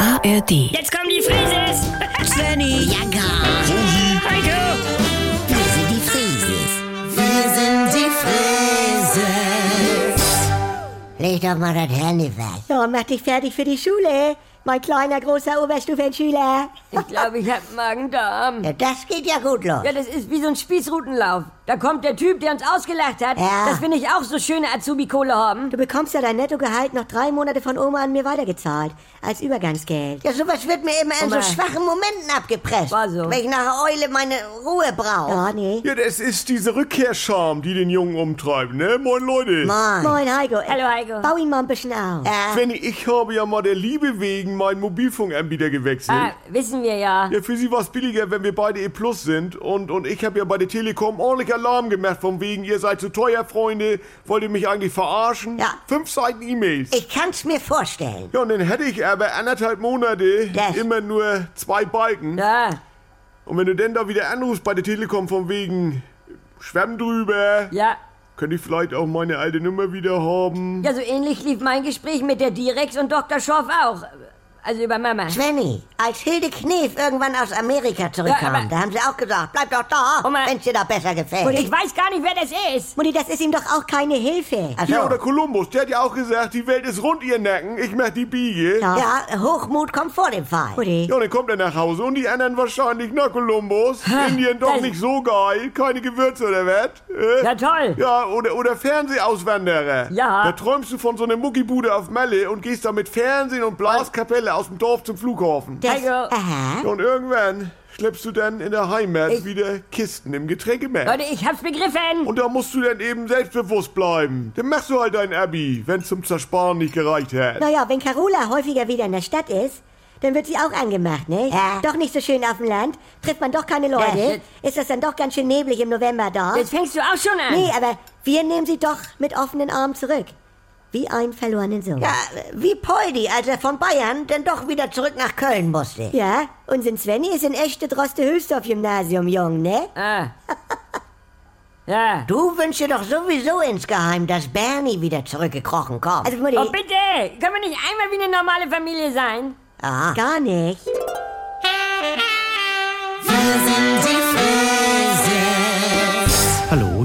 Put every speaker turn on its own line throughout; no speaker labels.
ARD.
Jetzt kommen die Frises!
Svenny,
Ja, gar.
Heiko!
Wir sind die Frieses.
wir sind die Frises.
Leg doch mal das Handy weg.
So, mach dich fertig für die Schule, mein kleiner großer Oberstufenschüler.
Ich glaube, ich hab Magen-Darm.
Ja, das geht ja gut los.
Ja, das ist wie so ein Spießrutenlauf. Da kommt der Typ, der uns ausgelacht hat,
Ja.
dass wir nicht auch so schöne Azubi-Kohle haben.
Du bekommst ja dein Nettogehalt noch drei Monate von Oma an mir weitergezahlt. Als Übergangsgeld.
Ja, sowas wird mir immer in so
Oma.
schwachen Momenten abgepresst.
War so.
Wenn ich nach Eule meine Ruhe brauche.
Ja, nee.
Ja, das ist diese Rückkehrscham, die den Jungen umtreibt, ne? Moin Leute.
Mann.
Moin, Heiko. Äh,
Hallo, Heiko.
Bau ihn mal ein bisschen auf.
Ja.
Svenny, ich habe ja mal der Liebe wegen meinen Mobilfunkanbieter gewechselt.
Ah, wissen wir ja.
Ja, für sie war es billiger, wenn wir beide E Plus sind. Und, und ich habe ja bei der Telekom ordentlich Alarm gemacht, von wegen, ihr seid zu teuer, Freunde. Wollt ihr mich eigentlich verarschen?
Ja.
Fünf Seiten E-Mails.
Ich kann's mir vorstellen.
Ja, und dann hätte ich aber anderthalb Monate
Das-
immer nur zwei Balken.
Ja,
Und wenn du denn da wieder anrufst bei der Telekom von wegen, schwamm drüber,
ja.
könnte ich vielleicht auch meine alte Nummer wieder haben.
Ja, so ähnlich lief mein Gespräch mit der Direx und Dr. Schorf auch. Also über Mama.
Svenny, als Hilde Knef irgendwann aus Amerika
Ja,
zurückkam,
aber-
da haben sie auch gesagt, bleib doch da,
Oma.
wenn's dir da besser
Und
gefällt.
ich weiß gar nicht, wer das ist.
Mutti, das ist ihm doch auch keine Hilfe.
Also,
Ja,
ja,
oder Kolumbus, der hat ja auch gesagt, die Welt ist rund, ihr Nacken, ich mach die Biege.
Ja.
Hochmut kommt vor dem Fall.
Mutti.
Ja, und dann kommt er nach Hause und die anderen wahrscheinlich, na Kolumbus, Indien doch
das-
nicht so geil, keine Gewürze oder was? Äh?
Ja, toll.
Ja, oder, oder Fernsehauswanderer.
Ja.
Da träumst du von so einer Muckibude auf Melle und gehst dann mit Fernsehen und Blaskapelle aus dem Dorf zum Flughafen.
Das,
Heiko.
aha.
Ja, und irgendwann schleppst du dann in der Heimat
Ich-
wieder Kisten im Getränkemarkt.
Leute, ich hab's begriffen.
Und da musst du dann eben selbstbewusst bleiben. Dann machst du halt dein Abi, wenn's zum Zersparen nicht gereicht hat.
Naja, wenn Carola häufiger wieder in der Stadt ist, dann wird sie auch angemacht, ne?
Ja.
Doch nicht so schön auf dem Land. Trifft man doch keine
Ja,
Leute.
shit.
Ist das dann doch ganz schön neblig im November da?
Jetzt fängst du auch schon an.
Nee, aber wir nehmen sie doch mit offenen Armen zurück. Wie einen verlorenen Sohn.
Ja, wie Poldi, als er von Bayern dann doch wieder zurück nach Köln musste.
Ja, unseren Svenny ist ein echte Droste-Hülsdorf-Gymnasium, Jung, ne?
Ah. Ja.
Du wünschst dir doch sowieso insgeheim, dass Bernie wieder zurückgekrochen kommt.
Also, Mutti,
Oh, bitte. Können wir nicht einmal wie eine normale Familie sein?
Aha.
gar nicht.
Hallo,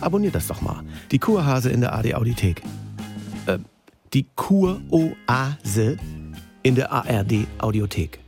Abonniert das doch mal. Die Kurhase in der AD Audiothek. Äh, die Kuroase in der ARD Audiothek.